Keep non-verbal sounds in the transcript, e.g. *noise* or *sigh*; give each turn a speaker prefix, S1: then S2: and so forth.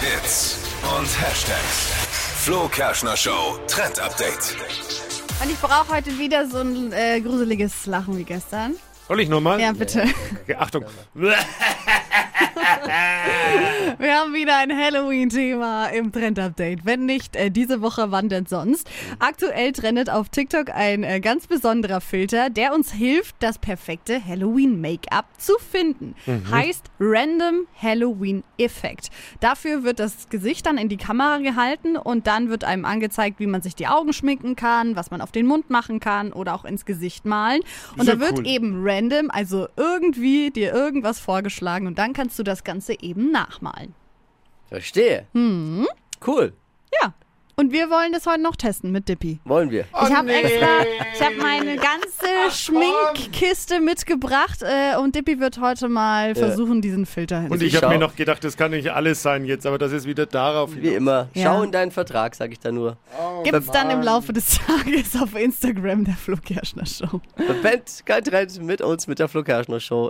S1: Hits und Hashtags. Flo Kerschner Show Trend Update.
S2: Und ich brauche heute wieder so ein äh, gruseliges Lachen wie gestern.
S3: Soll ich nochmal?
S2: Ja, bitte.
S3: Okay, Achtung.
S2: Wir haben wieder ein Halloween-Thema im Trend-Update. Wenn nicht äh, diese Woche, wann denn sonst? Aktuell trendet auf TikTok ein äh, ganz besonderer Filter, der uns hilft, das perfekte Halloween-Make-up zu finden.
S3: Mhm.
S2: Heißt Random Halloween Effekt. Dafür wird das Gesicht dann in die Kamera gehalten und dann wird einem angezeigt, wie man sich die Augen schminken kann, was man auf den Mund machen kann oder auch ins Gesicht malen. Und
S3: Sehr
S2: da wird
S3: cool.
S2: eben eben random, also irgendwie dir irgendwas vorgeschlagen und dann kannst du das Ganze eben nachmalen.
S4: Verstehe. Cool.
S2: Ja. Und wir wollen das heute noch testen mit Dippy.
S4: Wollen wir.
S2: Ich habe extra, ich habe meine ganze Schminkkiste mitgebracht äh, und Dippy wird heute mal versuchen, diesen Filter hin.
S3: Und ich habe mir noch gedacht, das kann nicht alles sein jetzt, aber das ist wieder darauf.
S4: Wie immer.
S2: Ja.
S4: Schau in deinen Vertrag, sag ich da nur.
S2: Gibt's dann im Laufe des *laughs* Tages auf Instagram der Flo Kerschner Show.
S4: Verpennt kein Trend mit uns, mit der Flo Kerschner Show.